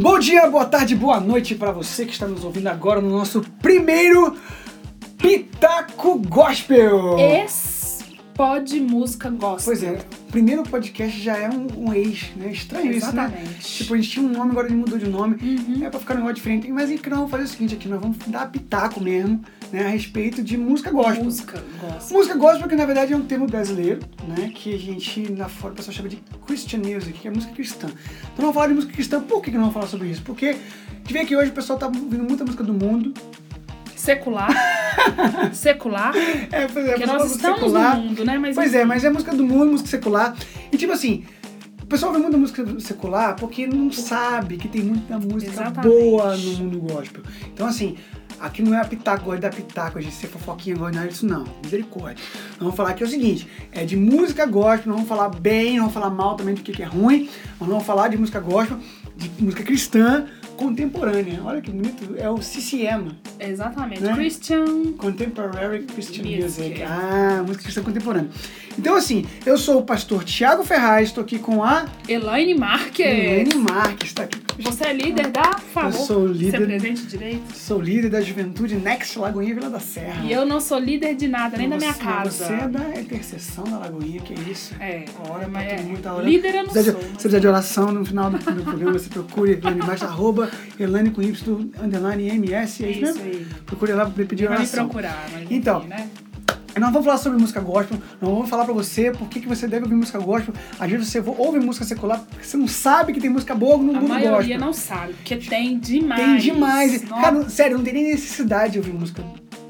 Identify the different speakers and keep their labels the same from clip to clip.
Speaker 1: Bom dia, boa tarde, boa noite para você que está nos ouvindo agora no nosso primeiro Pitaco Gospel.
Speaker 2: Ex-pod música gospel.
Speaker 1: Pois é, o primeiro podcast já é um, um ex, né? Estranho isso, né?
Speaker 2: Exatamente.
Speaker 1: Tipo, a gente tinha um nome, agora ele mudou de nome.
Speaker 2: Uhum.
Speaker 1: É pra ficar um negócio diferente. Mas então vamos fazer o seguinte aqui, nós vamos dar pitaco mesmo, né? A respeito de música gospel.
Speaker 2: Música gospel.
Speaker 1: Música gospel, que na verdade é um termo brasileiro, né? Que a gente lá fora o pessoal chama de Christian music, que é música cristã. Então não vamos falar de música cristã, por que, que não vamos falar sobre isso? Porque a gente vê que hoje o pessoal tá ouvindo muita música do mundo.
Speaker 2: Secular. secular.
Speaker 1: É, pois é,
Speaker 2: Porque
Speaker 1: música
Speaker 2: nós estamos
Speaker 1: secular.
Speaker 2: no mundo, né? Mas
Speaker 1: Pois é, mas é música do mundo, música secular. E tipo assim, o pessoal ouve muita música secular porque não sabe que tem muita música
Speaker 2: Exatamente.
Speaker 1: boa no mundo gospel. Então assim, aqui não é a pitaco, gosta da pitaco, a gente ser fofoquinha, gosta não é isso não, misericórdia. Nós vamos falar aqui é o seguinte, é de música gospel, não vamos falar bem, não vamos falar mal também do que que é ruim, mas não vamos falar de música gospel, de música cristã contemporânea. Olha que bonito, é o CCM.
Speaker 2: Exatamente.
Speaker 1: Né?
Speaker 2: Christian.
Speaker 1: Contemporary Christian
Speaker 2: Music.
Speaker 1: Music. Ah, música cristã contemporânea. Então, assim, eu sou o pastor Tiago Ferraz, estou aqui com a
Speaker 2: Elaine Marques.
Speaker 1: Helene Marques, está aqui.
Speaker 2: Você é líder da favor.
Speaker 1: Eu sou o
Speaker 2: Você é
Speaker 1: líder,
Speaker 2: presente direito.
Speaker 1: sou líder da Juventude Next Lagoinha Vila da Serra.
Speaker 2: E eu não sou líder de nada, nem da minha
Speaker 1: Você-
Speaker 2: casa.
Speaker 1: Você é da intercessão da Lagoinha, que é isso?
Speaker 2: É.
Speaker 1: Ora, mas
Speaker 2: mas é.
Speaker 1: muita hora.
Speaker 2: Líder eu não
Speaker 1: Se você
Speaker 2: sou.
Speaker 1: precisar de oração no final do, do programa, você procure Helene Marques, arroba Helene com Y, underline MS, é isso
Speaker 2: Isso
Speaker 1: mesmo?
Speaker 2: aí.
Speaker 1: Procure lá para pedir
Speaker 2: Vai me
Speaker 1: oração.
Speaker 2: procurar, mas
Speaker 1: Então,
Speaker 2: enfim, né?
Speaker 1: Nós vamos falar sobre música gospel, nós vamos falar pra você por que, que você deve ouvir música gospel. Às vezes você ouve música secular porque você não sabe que tem música boa no
Speaker 2: A
Speaker 1: mundo
Speaker 2: maioria
Speaker 1: gospel.
Speaker 2: não sabe, porque tem demais.
Speaker 1: Tem demais.
Speaker 2: Nossa.
Speaker 1: Cara, sério, não tem nem necessidade de ouvir música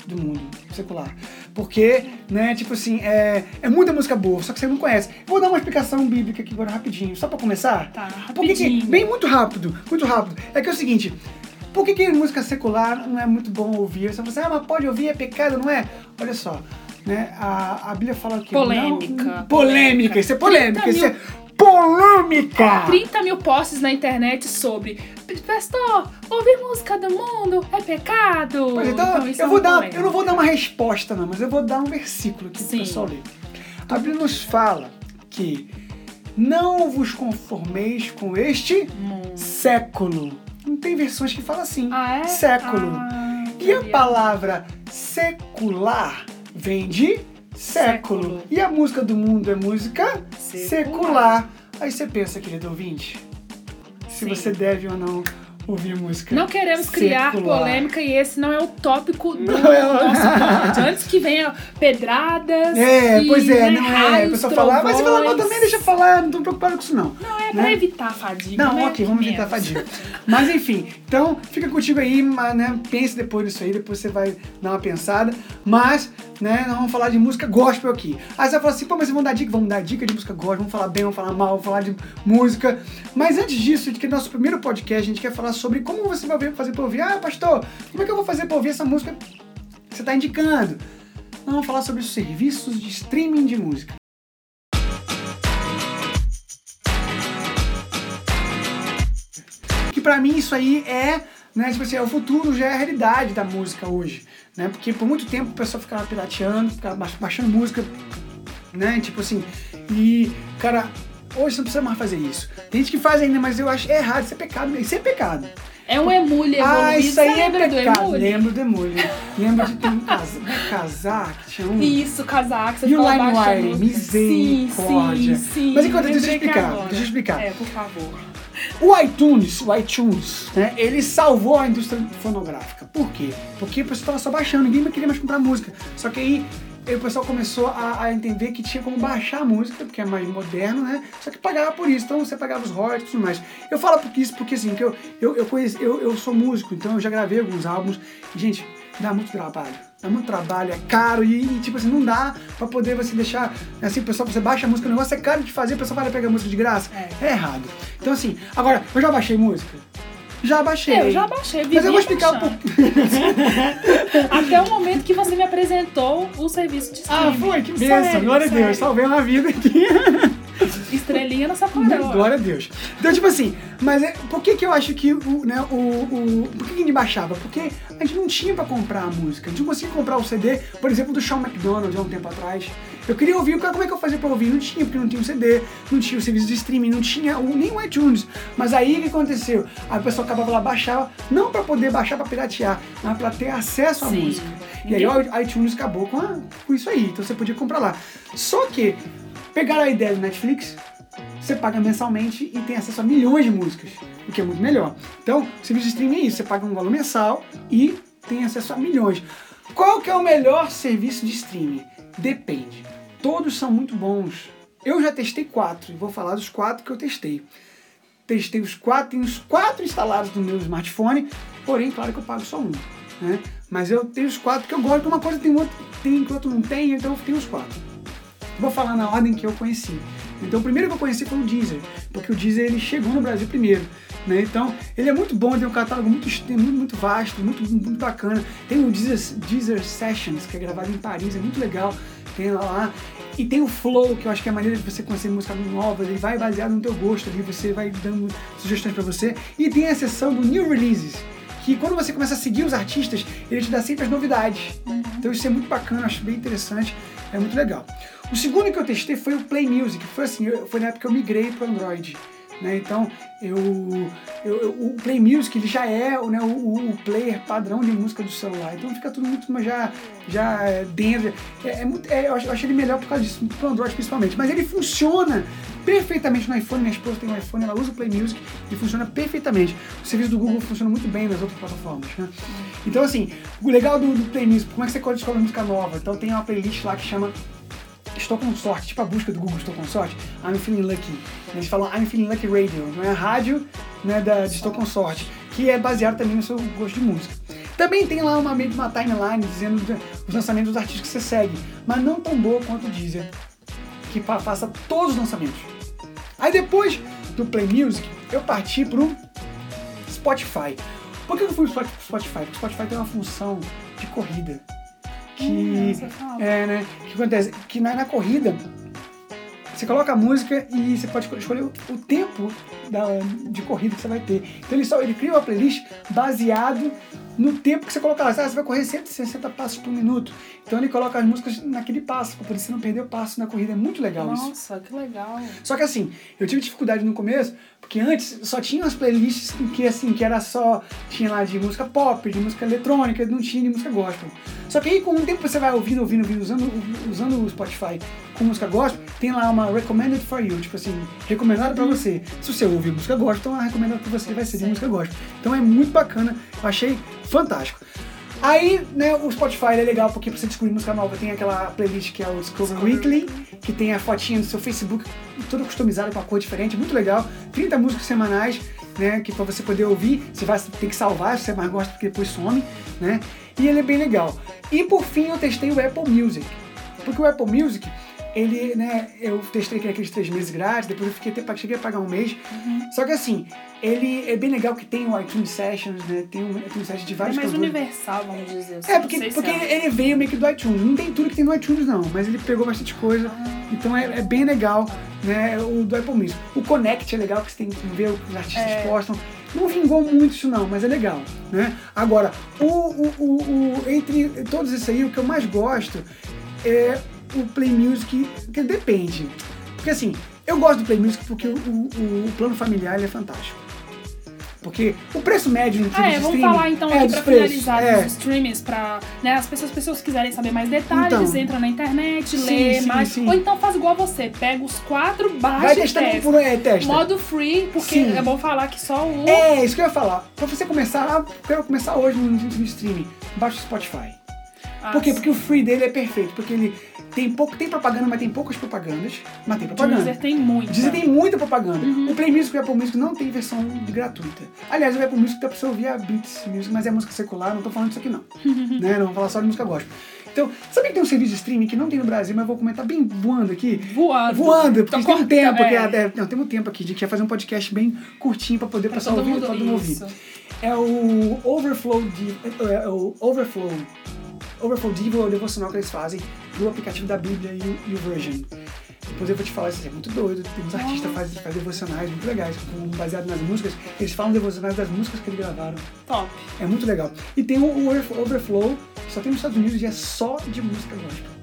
Speaker 1: do mundo secular. Porque, né, tipo assim, é, é muita música boa, só que você não conhece. Vou dar uma explicação bíblica aqui agora rapidinho, só pra começar.
Speaker 2: Tá,
Speaker 1: Por que que,
Speaker 2: rapidinho.
Speaker 1: bem muito rápido, muito rápido. É que é o seguinte, por que, que música secular não é muito bom ouvir? Você fala assim, ah, mas pode ouvir, é pecado, não é? Olha só, né, a, a Bíblia fala que...
Speaker 2: Polêmica.
Speaker 1: Não, polêmica, isso é polêmica,
Speaker 2: 30
Speaker 1: isso
Speaker 2: mil-
Speaker 1: é polêmica!
Speaker 2: 30 mil posts na internet sobre Pastor, ouvir música do mundo é pecado.
Speaker 1: Pois então,
Speaker 2: isso é
Speaker 1: eu, vou
Speaker 2: uma
Speaker 1: dar,
Speaker 2: polêmica.
Speaker 1: eu não vou dar uma resposta, não, mas eu vou dar um versículo aqui pro
Speaker 2: Sim.
Speaker 1: pessoal ler. A Bíblia nos fala que não vos conformeis com este século. Não tem versões que falam assim.
Speaker 2: Ah, é?
Speaker 1: século.
Speaker 2: Ah,
Speaker 1: E a
Speaker 2: entendi.
Speaker 1: palavra secular vem de século.
Speaker 2: Século.
Speaker 1: E a música do mundo é música secular. Aí você pensa, querido ouvinte, se
Speaker 2: Sim.
Speaker 1: você deve ou não ouvir música.
Speaker 2: Não queremos criar
Speaker 1: secular.
Speaker 2: polêmica e esse não é o tópico do
Speaker 1: Não é o-
Speaker 2: nosso podcast. Antes que venha pedradas.
Speaker 1: É,
Speaker 2: e,
Speaker 1: pois é,
Speaker 2: né,
Speaker 1: não é. A
Speaker 2: raios,
Speaker 1: pessoa fala, "Ah, mas você fala, não,
Speaker 2: trovões."
Speaker 1: também deixa eu falar, não tô preocupado com isso não.
Speaker 2: Não,
Speaker 1: né?
Speaker 2: é pra evitar a fadiga.
Speaker 1: Não,
Speaker 2: né?
Speaker 1: ok, vamos evitar a
Speaker 2: Menos.
Speaker 1: fadiga. Mas enfim, então fica contigo aí, ma- né? Pense depois nisso aí, depois você vai dar uma pensada. Mas, né, nós vamos falar de música gospel aqui. Aí você vai falar assim, pô, mas vocês vão dar dica? Vamos dar dica de música gospel, vamos falar bem, vamos falar mal, vamos falar de música. Mas antes disso, que é nosso primeiro podcast, a gente quer falar sobre como você vai ver- fazer pra ouvir. Ah, pastor, como é que eu vou fazer pra ouvir essa música que você tá indicando? Nós vamos falar sobre os serviços de streaming de música. que pra mim isso aí é, né, tipo assim, é o futuro, já é a realidade da música hoje, né? Porque por muito tempo o pessoal ficava pirateando, ficava baix- baixando música, né? Tipo assim, e cara, hoje você não precisa mais fazer isso. Tem gente que faz ainda, mas eu acho errado, isso é pecado, isso é pecado.
Speaker 2: É um emule evoluído.
Speaker 1: ah, isso aí
Speaker 2: Você
Speaker 1: é
Speaker 2: lembra do
Speaker 1: pecado.
Speaker 2: emule?
Speaker 1: Lembro do Emule. Lembro de ter um casa- um casaco, que tinha um
Speaker 2: Isso, casaco, você
Speaker 1: E o
Speaker 2: fala
Speaker 1: Lime
Speaker 2: baixo a
Speaker 1: Wire,
Speaker 2: música.
Speaker 1: misericórdia.
Speaker 2: Sim, sim, sim.
Speaker 1: Mas enquanto- deixa eu
Speaker 2: Lembrei que
Speaker 1: explicar,
Speaker 2: agora.
Speaker 1: deixa eu explicar.
Speaker 2: É, por favor.
Speaker 1: O iTunes, o iTunes, né, ele salvou a indústria fonográfica. Por quê? Porque o pessoal tava só baixando, ninguém mais queria mais comprar música. Só que aí aí o pessoal começou a, a entender que tinha como baixar a música, porque é mais moderno, né? Só que pagava por isso, então você pagava os royalties e tudo mais. Eu falo porque isso porque assim, que eu, eu, eu, conheço, eu, eu sou músico, então eu já gravei alguns álbuns. E, gente, dá muito trabalho. Dá muito trabalho, é caro e, e, tipo assim, não dá pra poder você deixar. Assim, o pessoal, você baixa a música, o negócio é caro de fazer, o pessoal vai lá pegar a música de graça.
Speaker 2: É.
Speaker 1: É errado. Então, assim, agora, eu já baixei música? Já baixei.
Speaker 2: Eu já baixei,
Speaker 1: Mas eu vou
Speaker 2: vivia
Speaker 1: explicar um
Speaker 2: baixando.
Speaker 1: pouquinho.
Speaker 2: Até o momento que você me apresentou o serviço de
Speaker 1: Ah,
Speaker 2: streaming. é,
Speaker 1: foi, que
Speaker 2: Sério,
Speaker 1: bênção. Glória a
Speaker 2: sério.
Speaker 1: Deus, salvei uma vida aqui.
Speaker 2: é estrelinha na
Speaker 1: Não,
Speaker 2: sacola.
Speaker 1: Glória a Deus. Então, tipo assim, mas é, por que que eu acho que o, né, o, o- Por que que a gente baixava? Porque a gente não tinha pra comprar a música. A gente não conseguia comprar o CD, por exemplo, do Shawn McDonald há um tempo atrás. Eu queria ouvir, cara, como é que eu fazia pra ouvir? Não tinha, porque não tinha o CD, não tinha o serviço de streaming, não tinha o, nem o iTunes. Mas aí o que aconteceu? Aí o pessoal acabava lá, baixava, não pra poder baixar pra piratear, mas pra ter acesso à
Speaker 2: Sim.
Speaker 1: música. E aí o iTunes acabou com, a- com isso aí, então você podia comprar lá. Só que pegaram a ideia do Netflix, você paga mensalmente e tem acesso a milhões de músicas, o que é muito melhor. Então, o serviço de streaming é isso, você paga um valor mensal e tem acesso a milhões. Qual que é o melhor serviço de streaming? Depende. Todos são muito bons. Eu já testei quatro, e vou falar dos quatro que eu testei. Testei os quatro, tenho os quatro instalados no meu smartphone, porém, claro que eu pago só um. Né? Mas eu tenho os quatro que eu gosto, que uma coisa tem outra, tem que outro não tem, então eu tenho os quatro. Vou falar na ordem que eu conheci. Então, o primeiro que eu conheci foi o Deezer, porque o Deezer ele chegou no Brasil primeiro. Né? Então, ele é muito bom, tem um catálogo muito, esten- muito, muito vasto, muito, muito bacana. Tem o Deezer, Deezer Sessions, que é gravado em Paris, é muito legal. Tem lá. E tem o Flow, que eu acho que é a maneira de você conhecer música nova, ele vai baseado no teu gosto ali, você vai dando sugestões pra você. E tem a seção do New Releases, que quando você começa a seguir os artistas, ele te dá sempre as novidades. Então isso é muito bacana, eu acho bem interessante, é muito legal. O segundo que eu testei foi o Play Music, que foi assim, eu- foi na época que eu migrei pro Android. Né? Então, eu, eu- eu- o Play Music ele já é né, o, o- o player padrão de música do celular, então fica tudo muito mais já, já é, dentro. É, é muito- é, eu, acho, eu acho ele melhor por causa disso, pro Android principalmente. Mas ele funciona perfeitamente no iPhone. Minha esposa tem um iPhone, ela usa o Play Music e funciona perfeitamente. O serviço do Google funciona muito bem nas outras plataformas, né? Então, assim, o legal do, do Play Music, como é que você descobre música nova? Então, tem uma playlist lá que chama Estou com sorte, tipo a busca do Google Estou com sorte, I'm feeling lucky. Eles falam I'm feeling lucky radio, não é a rádio né, da, de Estou com sorte, que é baseado também no seu gosto de música. Também tem lá uma, meio que uma timeline dizendo da- os lançamentos dos artistas que você segue, mas não tão boa quanto o Deezer, que fa- faça todos os lançamentos. Aí depois do Play Music, eu parti pro Spotify. Por que eu fui pro Spotify? Porque o Spotify tem uma função de corrida. Que
Speaker 2: Nossa, fala.
Speaker 1: é, né? O que acontece? Que na, na corrida, você coloca a música e você pode escolher o, o tempo da, de corrida que você vai ter. Então ele, só, ele cria uma playlist baseado no tempo que você coloca lá. Ah, você vai correr 160 passos por minuto. Então ele coloca as músicas naquele passo, pra poder você não perder o passo na corrida. É muito legal isso.
Speaker 2: Nossa, que legal.
Speaker 1: Só que assim, eu tive dificuldade no começo, porque antes só tinha umas playlists em que assim, que era só, tinha lá de música pop, de música eletrônica, não tinha de música gospel. Só que aí com o tempo você vai ouvindo, ouvindo, ouvindo, usando, usando o Spotify com música gospel, tem lá uma recommended for you, tipo assim, recomendada pra você. Se você ouvir música gospel, então a recomendada pra você vai ser de música gospel. Então é muito bacana, eu achei fantástico. Aí, né, o Spotify ele é legal porque pra você descobrir música nova tem aquela playlist que é o Discover Weekly, que tem a fotinha do seu Facebook toda customizada com a cor diferente, muito legal. 30 músicas semanais, né, que pra você poder ouvir, você vai ter que salvar se você mais gosta porque depois some, né? E ele é bem legal. E por fim eu testei o Apple Music, porque o Apple Music ele, né, eu testei aqueles três meses grátis, depois eu fiquei até, cheguei a pagar um mês.
Speaker 2: Uhum.
Speaker 1: Só que assim, ele é bem legal que tem o iTunes Sessions, né? Tem um iTunes Sessions de
Speaker 2: É
Speaker 1: vários
Speaker 2: mais
Speaker 1: cantores.
Speaker 2: universal, vamos dizer. assim,
Speaker 1: É,
Speaker 2: não
Speaker 1: porque,
Speaker 2: sei se
Speaker 1: porque
Speaker 2: é.
Speaker 1: ele veio meio que do iTunes. Não tem tudo que tem no iTunes, não, mas ele pegou bastante coisa.
Speaker 2: Ah.
Speaker 1: Então é, é bem legal, né? O do Apple Music. O Connect é legal, que você tem que ver o que os artistas
Speaker 2: É.
Speaker 1: postam. Não vingou muito isso, não, mas é legal, né? Agora, o, o- o- o- entre todos isso aí, o que eu mais gosto é o Play Music, que depende. Porque assim, eu gosto do Play Music porque o, o- o plano familiar ele é fantástico. Porque o preço médio no tipo
Speaker 2: Ah,
Speaker 1: de
Speaker 2: é, vamos
Speaker 1: streaming
Speaker 2: falar então
Speaker 1: é
Speaker 2: aqui
Speaker 1: dos
Speaker 2: pra
Speaker 1: preços,
Speaker 2: finalizar
Speaker 1: é.
Speaker 2: os streamings, pra né, as pessoas, as pessoas quiserem saber mais detalhes,
Speaker 1: Então.
Speaker 2: entram na internet,
Speaker 1: Sim,
Speaker 2: lê
Speaker 1: sim,
Speaker 2: mais.
Speaker 1: sim.
Speaker 2: Ou então faz igual você, pega os quatro,
Speaker 1: Vai
Speaker 2: baixa e
Speaker 1: testando
Speaker 2: testa.
Speaker 1: por é, testa.
Speaker 2: Modo free, porque
Speaker 1: Sim.
Speaker 2: é bom falar que só o.
Speaker 1: É, isso que eu ia falar. Pra você começar, ah, quero começar hoje no, no streaming, baixa o Spotify.
Speaker 2: Ah,
Speaker 1: Por quê? Porque o free dele é perfeito, porque ele tem pouco, tem propaganda, mas tem poucas propagandas, mas tem
Speaker 2: o
Speaker 1: propaganda.
Speaker 2: Deezer tem muito.
Speaker 1: é Dizem que tem muita propaganda.
Speaker 2: Uhum.
Speaker 1: O Play Music e o Apple Music não tem versão gratuita. Aliás, o Apple Music dá pra você ouvir a Beats Music, mas é música secular, não tô falando disso aqui não. né? Não vou falar só de música gospel. Então, sabe que tem um serviço de streaming que não tem no Brasil, mas eu vou comentar bem voando aqui?
Speaker 2: Voando.
Speaker 1: Voando,
Speaker 2: Tô
Speaker 1: porque tem um
Speaker 2: cortando,
Speaker 1: tempo, que
Speaker 2: é.
Speaker 1: é- é, não, tem um tempo aqui, a gente quer fazer um podcast bem curtinho pra poder
Speaker 2: Pra
Speaker 1: passar
Speaker 2: todo
Speaker 1: ouvir
Speaker 2: mundo-
Speaker 1: todo mundo ouvir.
Speaker 2: isso.
Speaker 1: É o Overflow de. É, é o Overflow. Overflow Divo é o devocional que eles fazem do aplicativo da Bíblia e o, e o Virgin. Depois eu vou te falar, isso é muito doido. Tem uns artistas que fazem, fazem devocionais muito legais, com- baseado nas músicas. Eles falam devocionais das músicas que eles gravaram.
Speaker 2: Top.
Speaker 1: É muito legal. E tem o Over- Overflow, que só tem nos Estados Unidos e é só de música gospel.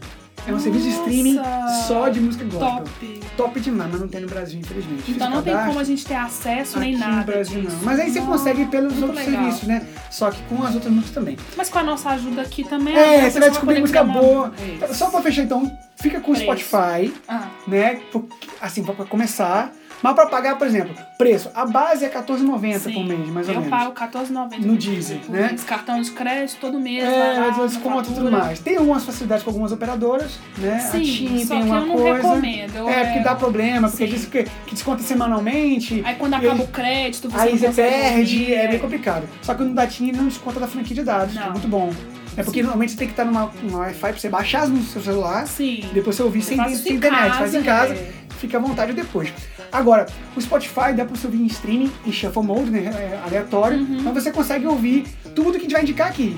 Speaker 1: É um serviço de
Speaker 2: Nossa!
Speaker 1: streaming só de música gospel.
Speaker 2: Top.
Speaker 1: Top demais, mas não tem no Brasil, infelizmente. Fiz
Speaker 2: Então não tem
Speaker 1: cadastro
Speaker 2: como a gente ter acesso
Speaker 1: aqui
Speaker 2: nem
Speaker 1: no
Speaker 2: nada.
Speaker 1: Brasil, não.
Speaker 2: disso.
Speaker 1: Mas aí você
Speaker 2: Nossa,
Speaker 1: consegue pelos
Speaker 2: muito
Speaker 1: outros
Speaker 2: legal.
Speaker 1: serviços, né? Só que com as outras músicas também.
Speaker 2: Mas com a nossa ajuda aqui também. a
Speaker 1: É,
Speaker 2: pessoa
Speaker 1: você vai descobrir
Speaker 2: poder
Speaker 1: música
Speaker 2: criar uma-
Speaker 1: boa.
Speaker 2: Isso.
Speaker 1: Só pra fechar então, fica com o
Speaker 2: Preço.
Speaker 1: Spotify,
Speaker 2: Ah,
Speaker 1: né? Porque, Assim, pra pra começar. Mas pra pagar, por exemplo, preço. A base é R$14,90 por
Speaker 2: sim.
Speaker 1: mês, mais ou
Speaker 2: eu
Speaker 1: menos.
Speaker 2: pago R$14,90
Speaker 1: No Deezer,
Speaker 2: por
Speaker 1: né?
Speaker 2: mês, Tipo, cartão de crédito todo mês.
Speaker 1: É,
Speaker 2: lá,
Speaker 1: vai ter um
Speaker 2: lá,
Speaker 1: desconto e tudo
Speaker 2: fatura.
Speaker 1: mais. Tem algumas facilidades com algumas operadoras, né?
Speaker 2: Sim,
Speaker 1: a TIM
Speaker 2: só
Speaker 1: tem
Speaker 2: que
Speaker 1: uma
Speaker 2: eu não
Speaker 1: coisa.
Speaker 2: recomendo. Eu
Speaker 1: É, porque dá problema, porque
Speaker 2: Sim.
Speaker 1: diz que, que desconta semanalmente.
Speaker 2: Aí quando
Speaker 1: e
Speaker 2: acaba o crédito, você
Speaker 1: Aí
Speaker 2: não
Speaker 1: você
Speaker 2: consegue
Speaker 1: perde,
Speaker 2: ouvir,
Speaker 1: é bem complicado. Só que no da TIM ele não desconta da franquia de dados, que é
Speaker 2: Não.
Speaker 1: muito bom. É porque normalmente você tem que estar numa, numa Wi-Fi pra você baixar as músicas do seu celular,
Speaker 2: Sim.
Speaker 1: depois você ouvir
Speaker 2: Você
Speaker 1: sem,
Speaker 2: faz
Speaker 1: sem
Speaker 2: em
Speaker 1: internet, faz em casa,
Speaker 2: é.
Speaker 1: fica à vontade depois. Agora, o Spotify dá pra você ouvir em streaming, em shuffle mode, né, é, aleatório,
Speaker 2: Uhum.
Speaker 1: então você consegue ouvir tudo que a gente vai indicar aqui.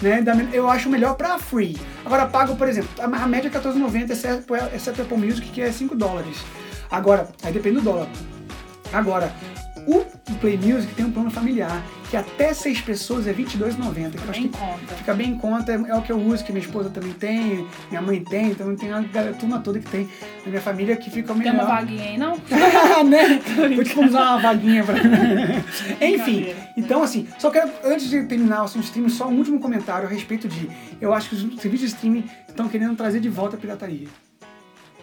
Speaker 1: Né, da- eu acho melhor pra free. Agora, pago, por exemplo, a, a média é 14,90, exceto, exceto Apple Music, que é 5 dólares. Agora, aí depende do dólar. Agora, o Play Music tem um plano familiar, que até seis pessoas é R$ 22,90, que eu acho
Speaker 2: Bem em
Speaker 1: que
Speaker 2: conta.
Speaker 1: fica bem em conta, é, é o que eu uso, que minha esposa também tem, minha mãe tem, então tem uma galera- turma toda que tem na minha família que fica
Speaker 2: Tem
Speaker 1: melhor.
Speaker 2: uma vaguinha aí, não?
Speaker 1: né? Vou te usar uma vaguinha pra. Enfim,
Speaker 2: Brincadeira.
Speaker 1: então assim, só quero, antes de terminar o assunto de streaming, só um último comentário a respeito de. Eu acho que os serviços de streaming estão querendo trazer de volta a pirataria.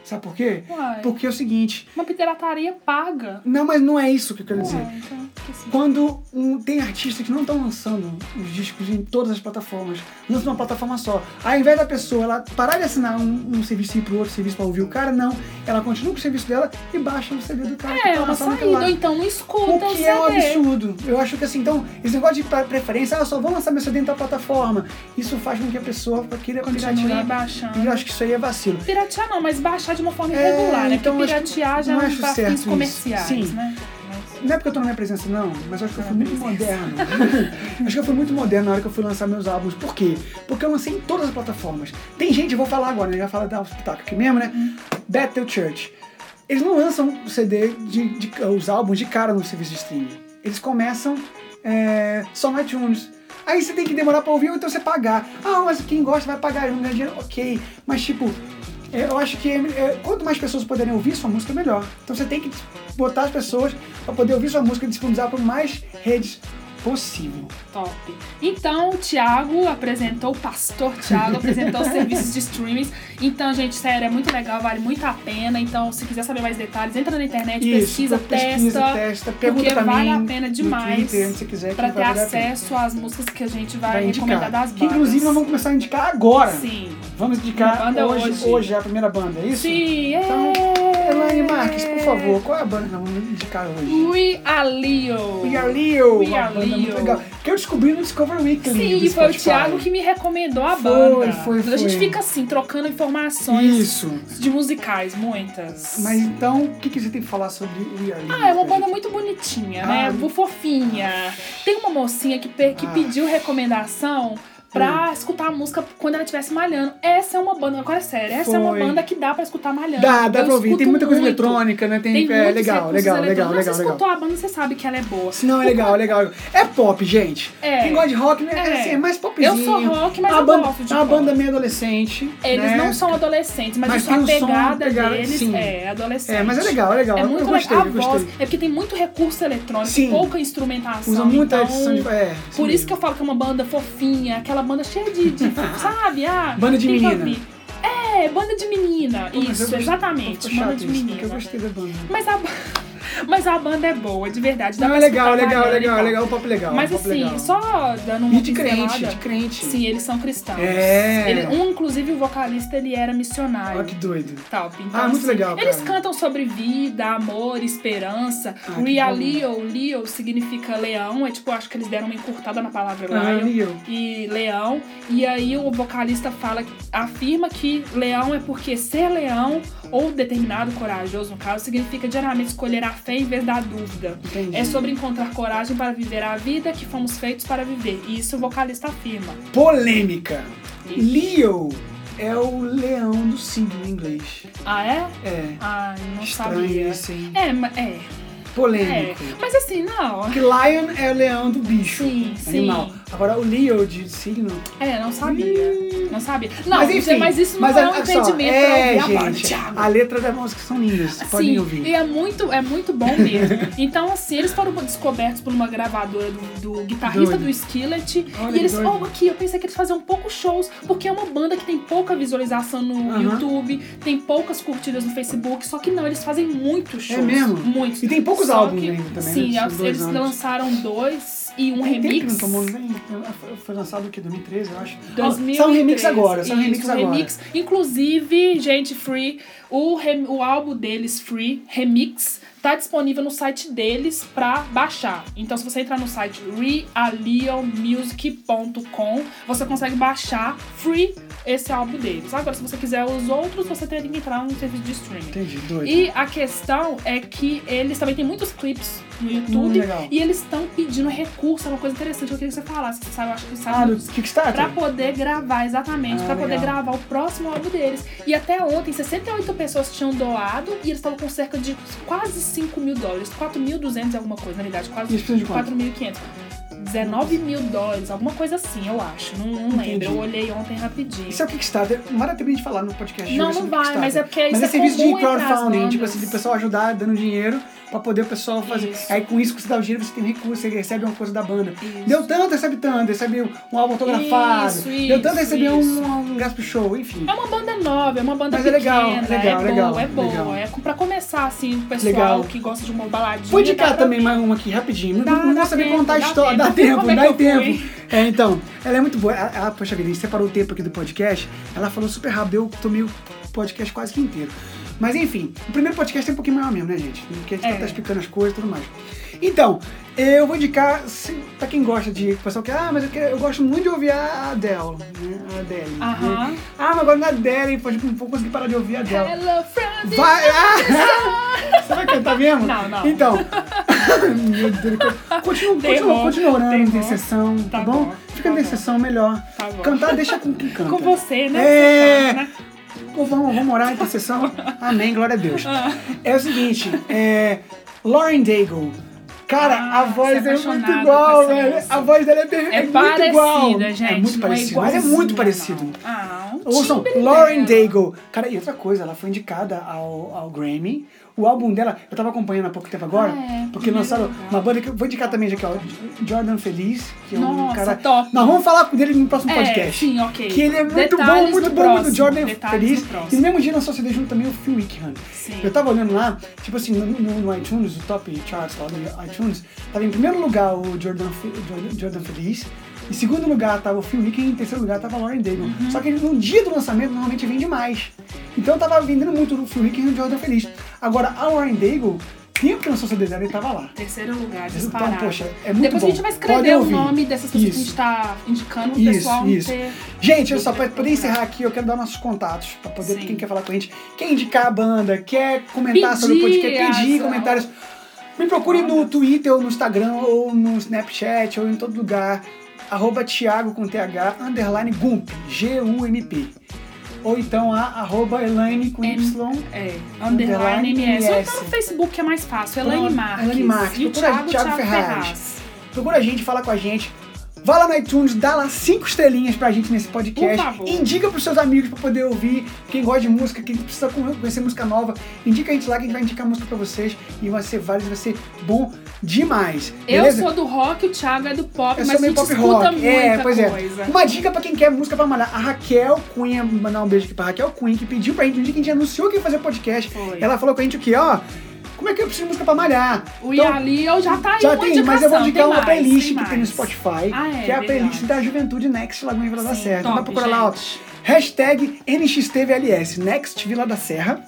Speaker 1: Sabe por quê?
Speaker 2: Uai,
Speaker 1: Porque é o seguinte.
Speaker 2: uma pirataria paga.
Speaker 1: Não, mas não é isso que eu quero dizer.
Speaker 2: Uai, então, que assim,
Speaker 1: Quando um- tem artistas que não estão lançando os discos em todas as plataformas, lançam uma plataforma só. Ao invés da pessoa ela parar de assinar um, um serviço e ir pro outro serviço pra ouvir o cara, não. Ela continua com o serviço dela e baixa o CD do cara que
Speaker 2: É,
Speaker 1: tá
Speaker 2: uma
Speaker 1: lançando
Speaker 2: saída,
Speaker 1: aquele lá.
Speaker 2: ou então não
Speaker 1: O
Speaker 2: escuta o
Speaker 1: que
Speaker 2: CD.
Speaker 1: é um absurdo. Eu acho que assim, então, esse negócio de pra- preferência, ah, eu só vou lançar meu CD dentro da plataforma. Isso faz com que a pessoa queira
Speaker 2: Continue
Speaker 1: piratear.
Speaker 2: baixando.
Speaker 1: E eu acho que isso aí é vacilo.
Speaker 2: Piratear não, mas baixar de uma forma
Speaker 1: É,
Speaker 2: irregular, né?
Speaker 1: então
Speaker 2: Porque
Speaker 1: acho que
Speaker 2: piratear já
Speaker 1: não
Speaker 2: é
Speaker 1: acho
Speaker 2: pra
Speaker 1: certo
Speaker 2: fins
Speaker 1: isso.
Speaker 2: comerciais,
Speaker 1: Sim.
Speaker 2: né?
Speaker 1: Não é porque eu tô na minha presença, não, mas eu acho que eu fui
Speaker 2: Na
Speaker 1: muito
Speaker 2: presença.
Speaker 1: moderno. acho que eu fui muito moderno na hora que eu fui lançar meus álbuns. Por quê? Porque eu lancei em todas as plataformas. Tem gente, eu vou falar agora, né? Já fala da espetáculo aqui mesmo, né? Battle Church. Eles não lançam o CD, de, de- os álbuns de cara no serviço de streaming. Eles começam é, só no iTunes. Aí você tem que demorar pra ouvir ou então você pagar. Ah, mas quem gosta vai pagar, não ganha dinheiro, ok. Mas tipo, é, eu acho que é, quanto mais pessoas puderem ouvir sua música, melhor. Então você tem que botar as pessoas pra poder ouvir sua música e disponibilizar por mais redes possível.
Speaker 2: Top. Então, o Thiago apresentou, o pastor Thiago apresentou os serviços de streamings. Então, gente, sério, é muito legal, vale muito a pena. Então, se quiser saber mais detalhes, entra na internet, pesquisa,
Speaker 1: pesquisa,
Speaker 2: testa.
Speaker 1: testa, pergunta
Speaker 2: porque
Speaker 1: pra
Speaker 2: vale
Speaker 1: mim
Speaker 2: a pena
Speaker 1: no
Speaker 2: demais
Speaker 1: Twitter, onde você quiser, que
Speaker 2: Pra ter
Speaker 1: vai valer a pena.
Speaker 2: acesso às músicas que a gente vai,
Speaker 1: Vai
Speaker 2: recomendar
Speaker 1: indicar.
Speaker 2: das bandas.
Speaker 1: que inclusive nós vamos começar a indicar agora.
Speaker 2: Sim.
Speaker 1: Vamos indicar
Speaker 2: Banda
Speaker 1: hoje,
Speaker 2: hoje.
Speaker 1: hoje. é a primeira banda, é isso?
Speaker 2: Sim.
Speaker 1: Então,
Speaker 2: é.
Speaker 1: Elaine Marques, por favor, qual é a banda que nós vamos indicar hoje?
Speaker 2: We are Leo.
Speaker 1: We Are Leo,
Speaker 2: Uh, We
Speaker 1: uma
Speaker 2: Are
Speaker 1: banda muito
Speaker 2: Leo.
Speaker 1: legal. Que eu descobri no Discover Weekly.
Speaker 2: Sim,
Speaker 1: do
Speaker 2: foi o
Speaker 1: Spotify.
Speaker 2: Thiago que me recomendou a
Speaker 1: Foi,
Speaker 2: banda.
Speaker 1: foi,
Speaker 2: A gente
Speaker 1: foi.
Speaker 2: fica assim, trocando informações
Speaker 1: Isso.
Speaker 2: de musicais, muitas.
Speaker 1: Mas então, o que, que você tem que falar sobre We Are Leo?
Speaker 2: Ah, é uma
Speaker 1: pra
Speaker 2: banda muito bonitinha,
Speaker 1: Ah.
Speaker 2: né? Bu- Fofinha. Tem uma mocinha que, pe- que
Speaker 1: Ah. Hum.
Speaker 2: pediu recomendação pra escutar a música quando ela estivesse malhando. Essa é uma banda, agora é sério, essa é uma
Speaker 1: Foi.
Speaker 2: banda que dá pra escutar malhando.
Speaker 1: gente? Dá, dá
Speaker 2: Eu
Speaker 1: pra ouvir. Tem
Speaker 2: escuto
Speaker 1: muita coisa
Speaker 2: muito.
Speaker 1: eletrônica, né? Tem,
Speaker 2: Tem
Speaker 1: é,
Speaker 2: muitos
Speaker 1: legal,
Speaker 2: recursos
Speaker 1: legal, legal,
Speaker 2: eletrônicos.
Speaker 1: legal,
Speaker 2: Você
Speaker 1: legal.
Speaker 2: escutou a banda, você sabe que ela é boa.
Speaker 1: Não, é legal, é legal. É pop, gente.
Speaker 2: É.
Speaker 1: Quem gosta de rock, né? É,
Speaker 2: É.
Speaker 1: assim, é mais popzinho.
Speaker 2: Eu sou rock, mas
Speaker 1: É uma
Speaker 2: eu
Speaker 1: banda,
Speaker 2: gosto de
Speaker 1: é uma
Speaker 2: rock.
Speaker 1: banda meio adolescente.
Speaker 2: Eles
Speaker 1: né?
Speaker 2: não são adolescentes, mas,
Speaker 1: Mas
Speaker 2: isso,
Speaker 1: tem
Speaker 2: a
Speaker 1: um som,
Speaker 2: pegada
Speaker 1: pegada-
Speaker 2: deles
Speaker 1: sim.
Speaker 2: é adolescente.
Speaker 1: É, mas é legal, é legal.
Speaker 2: É
Speaker 1: Eu-
Speaker 2: muito
Speaker 1: eu gostei,
Speaker 2: legal.
Speaker 1: eu
Speaker 2: A voz,
Speaker 1: gostei.
Speaker 2: é porque tem muito recurso eletrônico,
Speaker 1: Sim.
Speaker 2: pouca instrumentação.
Speaker 1: Usa muita
Speaker 2: então,
Speaker 1: edição de. É,
Speaker 2: Por isso que eu falo que é uma banda fofinha, aquela banda cheia de. de sabe? Ah,
Speaker 1: Banda de
Speaker 2: tem que
Speaker 1: menina.
Speaker 2: ouvir. É, banda de menina.
Speaker 1: Pô, mas eu
Speaker 2: isso,
Speaker 1: gostei-
Speaker 2: exatamente. Banda de menina.
Speaker 1: Eu gostei da banda.
Speaker 2: Mas a, mas a banda é boa, de verdade. dá
Speaker 1: Não, é
Speaker 2: pra
Speaker 1: legal,
Speaker 2: escutar
Speaker 1: legal,
Speaker 2: baiana e
Speaker 1: legal,
Speaker 2: tal.
Speaker 1: legal, o papo é legal.
Speaker 2: Mas
Speaker 1: o papo
Speaker 2: assim,
Speaker 1: legal.
Speaker 2: só dando uma
Speaker 1: E de crente,
Speaker 2: pincelada,
Speaker 1: de crente.
Speaker 2: Sim, eles são cristãos.
Speaker 1: É.
Speaker 2: Ele- um, inclusive, o vocalista, ele era missionário.
Speaker 1: Olha que doido.
Speaker 2: Top. Então,
Speaker 1: Ah, muito
Speaker 2: assim,
Speaker 1: legal,
Speaker 2: Eles
Speaker 1: cara.
Speaker 2: cantam sobre vida, amor, esperança.
Speaker 1: Ah,
Speaker 2: Ria
Speaker 1: que
Speaker 2: Leo, Leo significa leão. É tipo, acho que eles deram uma encurtada na palavra
Speaker 1: Ah,
Speaker 2: lion
Speaker 1: e eu.
Speaker 2: e leão. E aí o vocalista fala, afirma que leão é porque ser leão, ou determinado corajoso no caso, significa diariamente escolher a fé em vez da dúvida.
Speaker 1: Entendi.
Speaker 2: É sobre encontrar coragem para viver a vida que fomos feitos para viver. E isso o vocalista afirma.
Speaker 1: Polêmica. Leo é o leão do signo em inglês.
Speaker 2: Ah, é?
Speaker 1: É.
Speaker 2: Ah, não
Speaker 1: Estranho
Speaker 2: sabia.
Speaker 1: isso, hein?
Speaker 2: É, ma- é, é.
Speaker 1: Polêmico.
Speaker 2: Mas assim, não.
Speaker 1: Porque lion é o leão do bicho.
Speaker 2: Sim, sim.
Speaker 1: Animal. Agora o Leo de signo. Hum,
Speaker 2: É, não sabia. Não sabia. Não,
Speaker 1: mas
Speaker 2: mas,
Speaker 1: enfim.
Speaker 2: isso não
Speaker 1: mas
Speaker 2: é
Speaker 1: a-
Speaker 2: um
Speaker 1: olha só,
Speaker 2: impedimento
Speaker 1: é,
Speaker 2: pra eu ouvir agora,
Speaker 1: gente,
Speaker 2: Thiago.
Speaker 1: A letra das músicas são lindas. Podem
Speaker 2: Sim,
Speaker 1: ouvir.
Speaker 2: e é muito, é muito bom mesmo. Então, assim, eles foram descobertos por uma gravadora do, do guitarrista
Speaker 1: Doido.
Speaker 2: do Skillet.
Speaker 1: Olha
Speaker 2: e eles,
Speaker 1: que doido.
Speaker 2: oh, aqui, eu pensei que eles faziam poucos shows, porque é uma banda que tem pouca visualização no
Speaker 1: Aham.
Speaker 2: YouTube, tem poucas curtidas no Facebook, só que não, eles fazem muitos shows.
Speaker 1: É mesmo?
Speaker 2: Muitos.
Speaker 1: E tem poucos
Speaker 2: Só
Speaker 1: álbuns
Speaker 2: que-
Speaker 1: ainda também,
Speaker 2: Sim,
Speaker 1: né?
Speaker 2: eles,
Speaker 1: Esses dois anos.
Speaker 2: lançaram dois e um
Speaker 1: Tem tempo que
Speaker 2: remix.
Speaker 1: não tomou nem. Foi lançado o quê? 2013, eu acho. Ah,
Speaker 2: 2003.
Speaker 1: São remix agora, são um
Speaker 2: Isso, um
Speaker 1: remix agora.
Speaker 2: remix. Inclusive, gente, Free, o, rem- o álbum deles, Free Remix, tá disponível no site deles pra baixar. Então, se você entrar no site realionmusic.com, você consegue baixar Free esse álbum deles. Agora, se você quiser os outros, você teria que entrar no serviço de streaming.
Speaker 1: Entendi, doido.
Speaker 2: E a questão é que eles também têm muitos clipes no
Speaker 1: Hum,
Speaker 2: YouTube
Speaker 1: legal.
Speaker 2: e eles estão pedindo recurso, é uma coisa interessante que eu queria que você falasse, que sabe, eu acho que sabe
Speaker 1: Ah, do
Speaker 2: muito Pra
Speaker 1: Kickstarter?
Speaker 2: poder gravar, exatamente,
Speaker 1: Ah,
Speaker 2: pra poder
Speaker 1: legal.
Speaker 2: gravar o próximo álbum deles. E até ontem, 68 pessoas tinham doado e eles estavam com cerca de quase 5 mil dólares, 4.200 e alguma coisa, na verdade,
Speaker 1: E
Speaker 2: quase
Speaker 1: eles precisam de quanto?
Speaker 2: 4.500. 19 mil dólares, alguma coisa assim, eu acho. Não, não
Speaker 1: Entendi.
Speaker 2: lembro, eu olhei ontem rapidinho.
Speaker 1: Isso é o Kickstarter. Não vale a pena a gente falar no podcast de
Speaker 2: não,
Speaker 1: hoje
Speaker 2: não
Speaker 1: sobre
Speaker 2: vai, mas é
Speaker 1: Kickstarter.
Speaker 2: porque
Speaker 1: Mas
Speaker 2: isso
Speaker 1: é
Speaker 2: é
Speaker 1: serviço de
Speaker 2: comum entre as
Speaker 1: crowdfunding, tipo
Speaker 2: bandas.
Speaker 1: assim, do pessoal ajudar dando dinheiro pra poder o pessoal fazer.
Speaker 2: Isso.
Speaker 1: Aí com isso que você dá o dinheiro, você tem recurso, ele recebe uma coisa da banda.
Speaker 2: Isso.
Speaker 1: Deu tanto, recebe tanto, recebe um álbum autografado.
Speaker 2: Isso,
Speaker 1: Deu tanto,
Speaker 2: isso,
Speaker 1: recebe um,
Speaker 2: isso.
Speaker 1: um gaspo show, enfim.
Speaker 2: É uma banda nova, é uma banda
Speaker 1: Mas é
Speaker 2: pequena,
Speaker 1: legal, é legal,
Speaker 2: é
Speaker 1: legal,
Speaker 2: boa, é boa.
Speaker 1: legal.
Speaker 2: É pra começar, assim, o pessoal
Speaker 1: Legal.
Speaker 2: que gosta de uma baladinha.
Speaker 1: Vou
Speaker 2: dá
Speaker 1: indicar
Speaker 2: pra-
Speaker 1: também mais uma aqui rapidinho.
Speaker 2: Dá-
Speaker 1: não vou
Speaker 2: dá
Speaker 1: saber
Speaker 2: tempo,
Speaker 1: contar a
Speaker 2: dá
Speaker 1: história.
Speaker 2: tempo.
Speaker 1: Dá tempo,
Speaker 2: Como é
Speaker 1: dá
Speaker 2: que eu
Speaker 1: tempo.
Speaker 2: fui?
Speaker 1: É, então, ela é muito boa. Ah, ah, poxa vida, a gente separou o tempo aqui do podcast. Ela falou super rápido, eu tomei o podcast quase que inteiro. Mas enfim, o primeiro podcast é um pouquinho maior mesmo, né, gente? Porque a gente
Speaker 2: É.
Speaker 1: tá explicando as coisas e tudo mais. Então, eu vou indicar, se, pra quem gosta de. O pessoal que. Ah, mas eu, quero- eu gosto muito de ouvir a Adele. Né? A Adele. né?
Speaker 2: Aham.
Speaker 1: Ah, mas agora na Adele, pô, tipo, não vou conseguir parar de ouvir a Adele.
Speaker 2: Hello, Friday.
Speaker 1: Vai! Ah! Você vai cantar mesmo?
Speaker 2: Não, não.
Speaker 1: Então. Meu Deus, continua, continua,
Speaker 2: Derrou,
Speaker 1: continua orando,
Speaker 2: derrou.
Speaker 1: intercessão, tá,
Speaker 2: Tá
Speaker 1: bom?
Speaker 2: bom,
Speaker 1: Fica
Speaker 2: tá
Speaker 1: na
Speaker 2: bom.
Speaker 1: intercessão melhor.
Speaker 2: Tá bom.
Speaker 1: Cantar, deixa com quem canta.
Speaker 2: Com você, né?
Speaker 1: É.
Speaker 2: Você canta, né?
Speaker 1: Ou vamos, vamos orar em intercessão? Amém, glória a Deus. É o seguinte, é. Lauren Daigle. Cara,
Speaker 2: Ah,
Speaker 1: a voz
Speaker 2: você é
Speaker 1: é muito
Speaker 2: apaixonado
Speaker 1: igual,
Speaker 2: com essa
Speaker 1: velho.
Speaker 2: moça.
Speaker 1: A voz dela é, per-
Speaker 2: É,
Speaker 1: é muito
Speaker 2: parecida,
Speaker 1: igual.
Speaker 2: gente.
Speaker 1: É muito
Speaker 2: não
Speaker 1: parecido, mas é muito parecido.
Speaker 2: igualzinha, não. Ah, um
Speaker 1: Ouçam,
Speaker 2: timbre
Speaker 1: Lauren
Speaker 2: dela.
Speaker 1: Daigle. Cara, e outra coisa, ela foi indicada ao, ao Grammy. O álbum dela, eu tava acompanhando há pouco tempo agora,
Speaker 2: Ah, é.
Speaker 1: porque lançaram
Speaker 2: Legal.
Speaker 1: uma banda que eu vou indicar também, já aqui, ó, Jordan Feliz, que é um
Speaker 2: Nossa,
Speaker 1: cara.
Speaker 2: top.
Speaker 1: Nós vamos falar dele no próximo
Speaker 2: É,
Speaker 1: podcast.
Speaker 2: sim, ok.
Speaker 1: Que ele é muito
Speaker 2: Detalhes
Speaker 1: bom, muito
Speaker 2: no
Speaker 1: bom, muito
Speaker 2: próximo,
Speaker 1: Jordan
Speaker 2: detalhes
Speaker 1: Feliz.
Speaker 2: no
Speaker 1: E
Speaker 2: próximo.
Speaker 1: no mesmo dia lançou CD junto também o Phil Wickham.
Speaker 2: Sim.
Speaker 1: Eu tava olhando lá, tipo assim, no, no- no iTunes, o top charts lá no iTunes, tava em primeiro lugar o Jordan, Fe- Jordan, Jordan Feliz, em segundo lugar tava o Phil Nick e em terceiro lugar tava a Lauren Daigle. Só que ele, no dia do lançamento normalmente vende mais. Então tava vendendo muito o Phil Nick e o Jordan Feliz. Agora, a Lauren Daigle, tempo que lançou seu dela, ele tava lá.
Speaker 2: Terceiro lugar,
Speaker 1: Então,
Speaker 2: disparado.
Speaker 1: poxa, é muito
Speaker 2: Depois
Speaker 1: bom.
Speaker 2: a gente vai
Speaker 1: Podem
Speaker 2: escrever o
Speaker 1: ouvir.
Speaker 2: nome dessas pessoas
Speaker 1: Isso.
Speaker 2: que a gente tá indicando pro
Speaker 1: Isso,
Speaker 2: pessoal
Speaker 1: isso.
Speaker 2: ter...
Speaker 1: Gente, olha só, pra poder encerrar aqui, eu quero dar nossos contatos, pra poder,
Speaker 2: Sim.
Speaker 1: quem quer falar com a gente, quer indicar a banda, quer comentar sobre o
Speaker 2: Pedir é.
Speaker 1: podcast, pedir
Speaker 2: as-
Speaker 1: comentários. Me procure no Twitter, ou no Instagram, ou no Snapchat, ou em todo lugar, arroba Thiago com TH, underline Gump, G-U-M-P. Ou então a arroba Elaine com Y.
Speaker 2: É,
Speaker 1: Underline
Speaker 2: underline MS. Ou então
Speaker 1: MS.
Speaker 2: no Facebook, que é mais fácil. Elaine
Speaker 1: Pronto,
Speaker 2: Marques.
Speaker 1: Elaine Marques.
Speaker 2: E o
Speaker 1: Procura
Speaker 2: Thiago,
Speaker 1: Thiago
Speaker 2: Thiago,
Speaker 1: Ferraz.
Speaker 2: Ferraz.
Speaker 1: Procura a gente, fala com a gente. Vá lá no iTunes, dá lá cinco estrelinhas pra gente nesse podcast.
Speaker 2: Por favor.
Speaker 1: Indica pros seus amigos pra poder ouvir. Quem gosta de música, quem precisa conhecer música nova, indica a gente lá que a gente vai indicar música pra vocês. E vai ser válido, vai ser bom demais.
Speaker 2: Eu
Speaker 1: beleza?
Speaker 2: sou do rock, o Thiago é do pop,
Speaker 1: Eu sou
Speaker 2: mas a gente
Speaker 1: meio pop
Speaker 2: escuta
Speaker 1: rock.
Speaker 2: muita
Speaker 1: É, pois
Speaker 2: coisa.
Speaker 1: é. Uma dica pra quem quer música pra malhar. A Raquel Cunha, mandar um beijo aqui pra Raquel Cunha, que pediu pra gente um dia que a gente anunciou que ia fazer podcast.
Speaker 2: Foi.
Speaker 1: Ela falou com a gente o quê? Ó, como é que eu preciso de música pra malhar?
Speaker 2: O
Speaker 1: Então,
Speaker 2: Yali eu já tá aí
Speaker 1: já
Speaker 2: uma
Speaker 1: tem, mas eu vou
Speaker 2: indicação,
Speaker 1: indicar
Speaker 2: tem
Speaker 1: uma
Speaker 2: mais,
Speaker 1: playlist que
Speaker 2: mais.
Speaker 1: tem no Spotify,
Speaker 2: Ah, é,
Speaker 1: que é a playlist
Speaker 2: verdade.
Speaker 1: da Juventude Next Lagoinha Vila da
Speaker 2: Sim,
Speaker 1: Serra. Então vai
Speaker 2: top,
Speaker 1: procurar lá, ó.
Speaker 2: gente.
Speaker 1: Hashtag NXTVLS, Next Vila da Serra,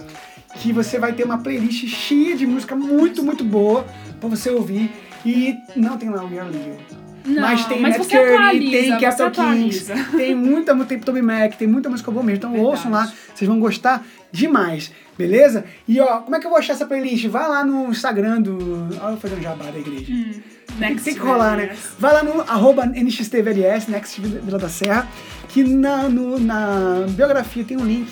Speaker 1: que você vai ter uma playlist cheia de música muito, muito boa pra você ouvir. E não tem lá o Your Leo.
Speaker 2: Não,
Speaker 1: mas tem
Speaker 2: mas
Speaker 1: Matt
Speaker 2: você
Speaker 1: Curry,
Speaker 2: atualiza,
Speaker 1: tem
Speaker 2: você
Speaker 1: Capital Kings,
Speaker 2: atualiza.
Speaker 1: tem muita, mu- tem Toby Mac, tem muita música boa mesmo. Então
Speaker 2: Verdade.
Speaker 1: ouçam lá, vocês vão gostar demais, beleza? E ó, como é que eu vou achar essa playlist? Vai lá no Instagram do. Olha eu fazendo jabá um da igreja.
Speaker 2: Hum, Next
Speaker 1: Tem que rolar, né?
Speaker 2: VLS.
Speaker 1: Vai lá no arroba NXTVLS, Next Vila da Serra, que na, no- na biografia tem um link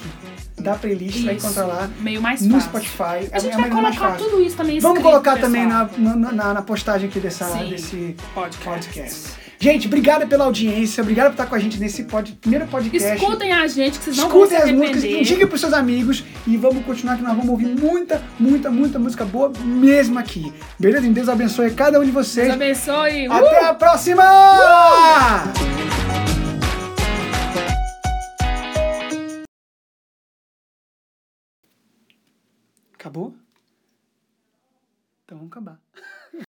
Speaker 1: da playlist, vai
Speaker 2: Isso.
Speaker 1: encontrar lá.
Speaker 2: Meio mais
Speaker 1: no
Speaker 2: fácil.
Speaker 1: Spotify.
Speaker 2: A gente
Speaker 1: é
Speaker 2: vai
Speaker 1: a maneira mais
Speaker 2: colocar
Speaker 1: fácil.
Speaker 2: tudo isso também
Speaker 1: Vamos
Speaker 2: escrito,
Speaker 1: colocar
Speaker 2: pessoal.
Speaker 1: também na, na, na- na postagem aqui dessa,
Speaker 2: Sim.
Speaker 1: desse
Speaker 2: Podcast.
Speaker 1: podcast. Gente, obrigado pela audiência, obrigado por estar com a gente nesse pod- primeiro podcast.
Speaker 2: Escutem a gente, que vocês não
Speaker 1: Escutem
Speaker 2: vão
Speaker 1: as
Speaker 2: se
Speaker 1: músicas,
Speaker 2: arrepender.
Speaker 1: indiquem pros seus amigos e vamos continuar que nós vamos ouvir muita, muita, muita música boa mesmo aqui. Beleza? Deus abençoe cada um de vocês.
Speaker 2: Deus abençoe. Uh!
Speaker 1: Até a próxima! Acabou? Então vamos acabar.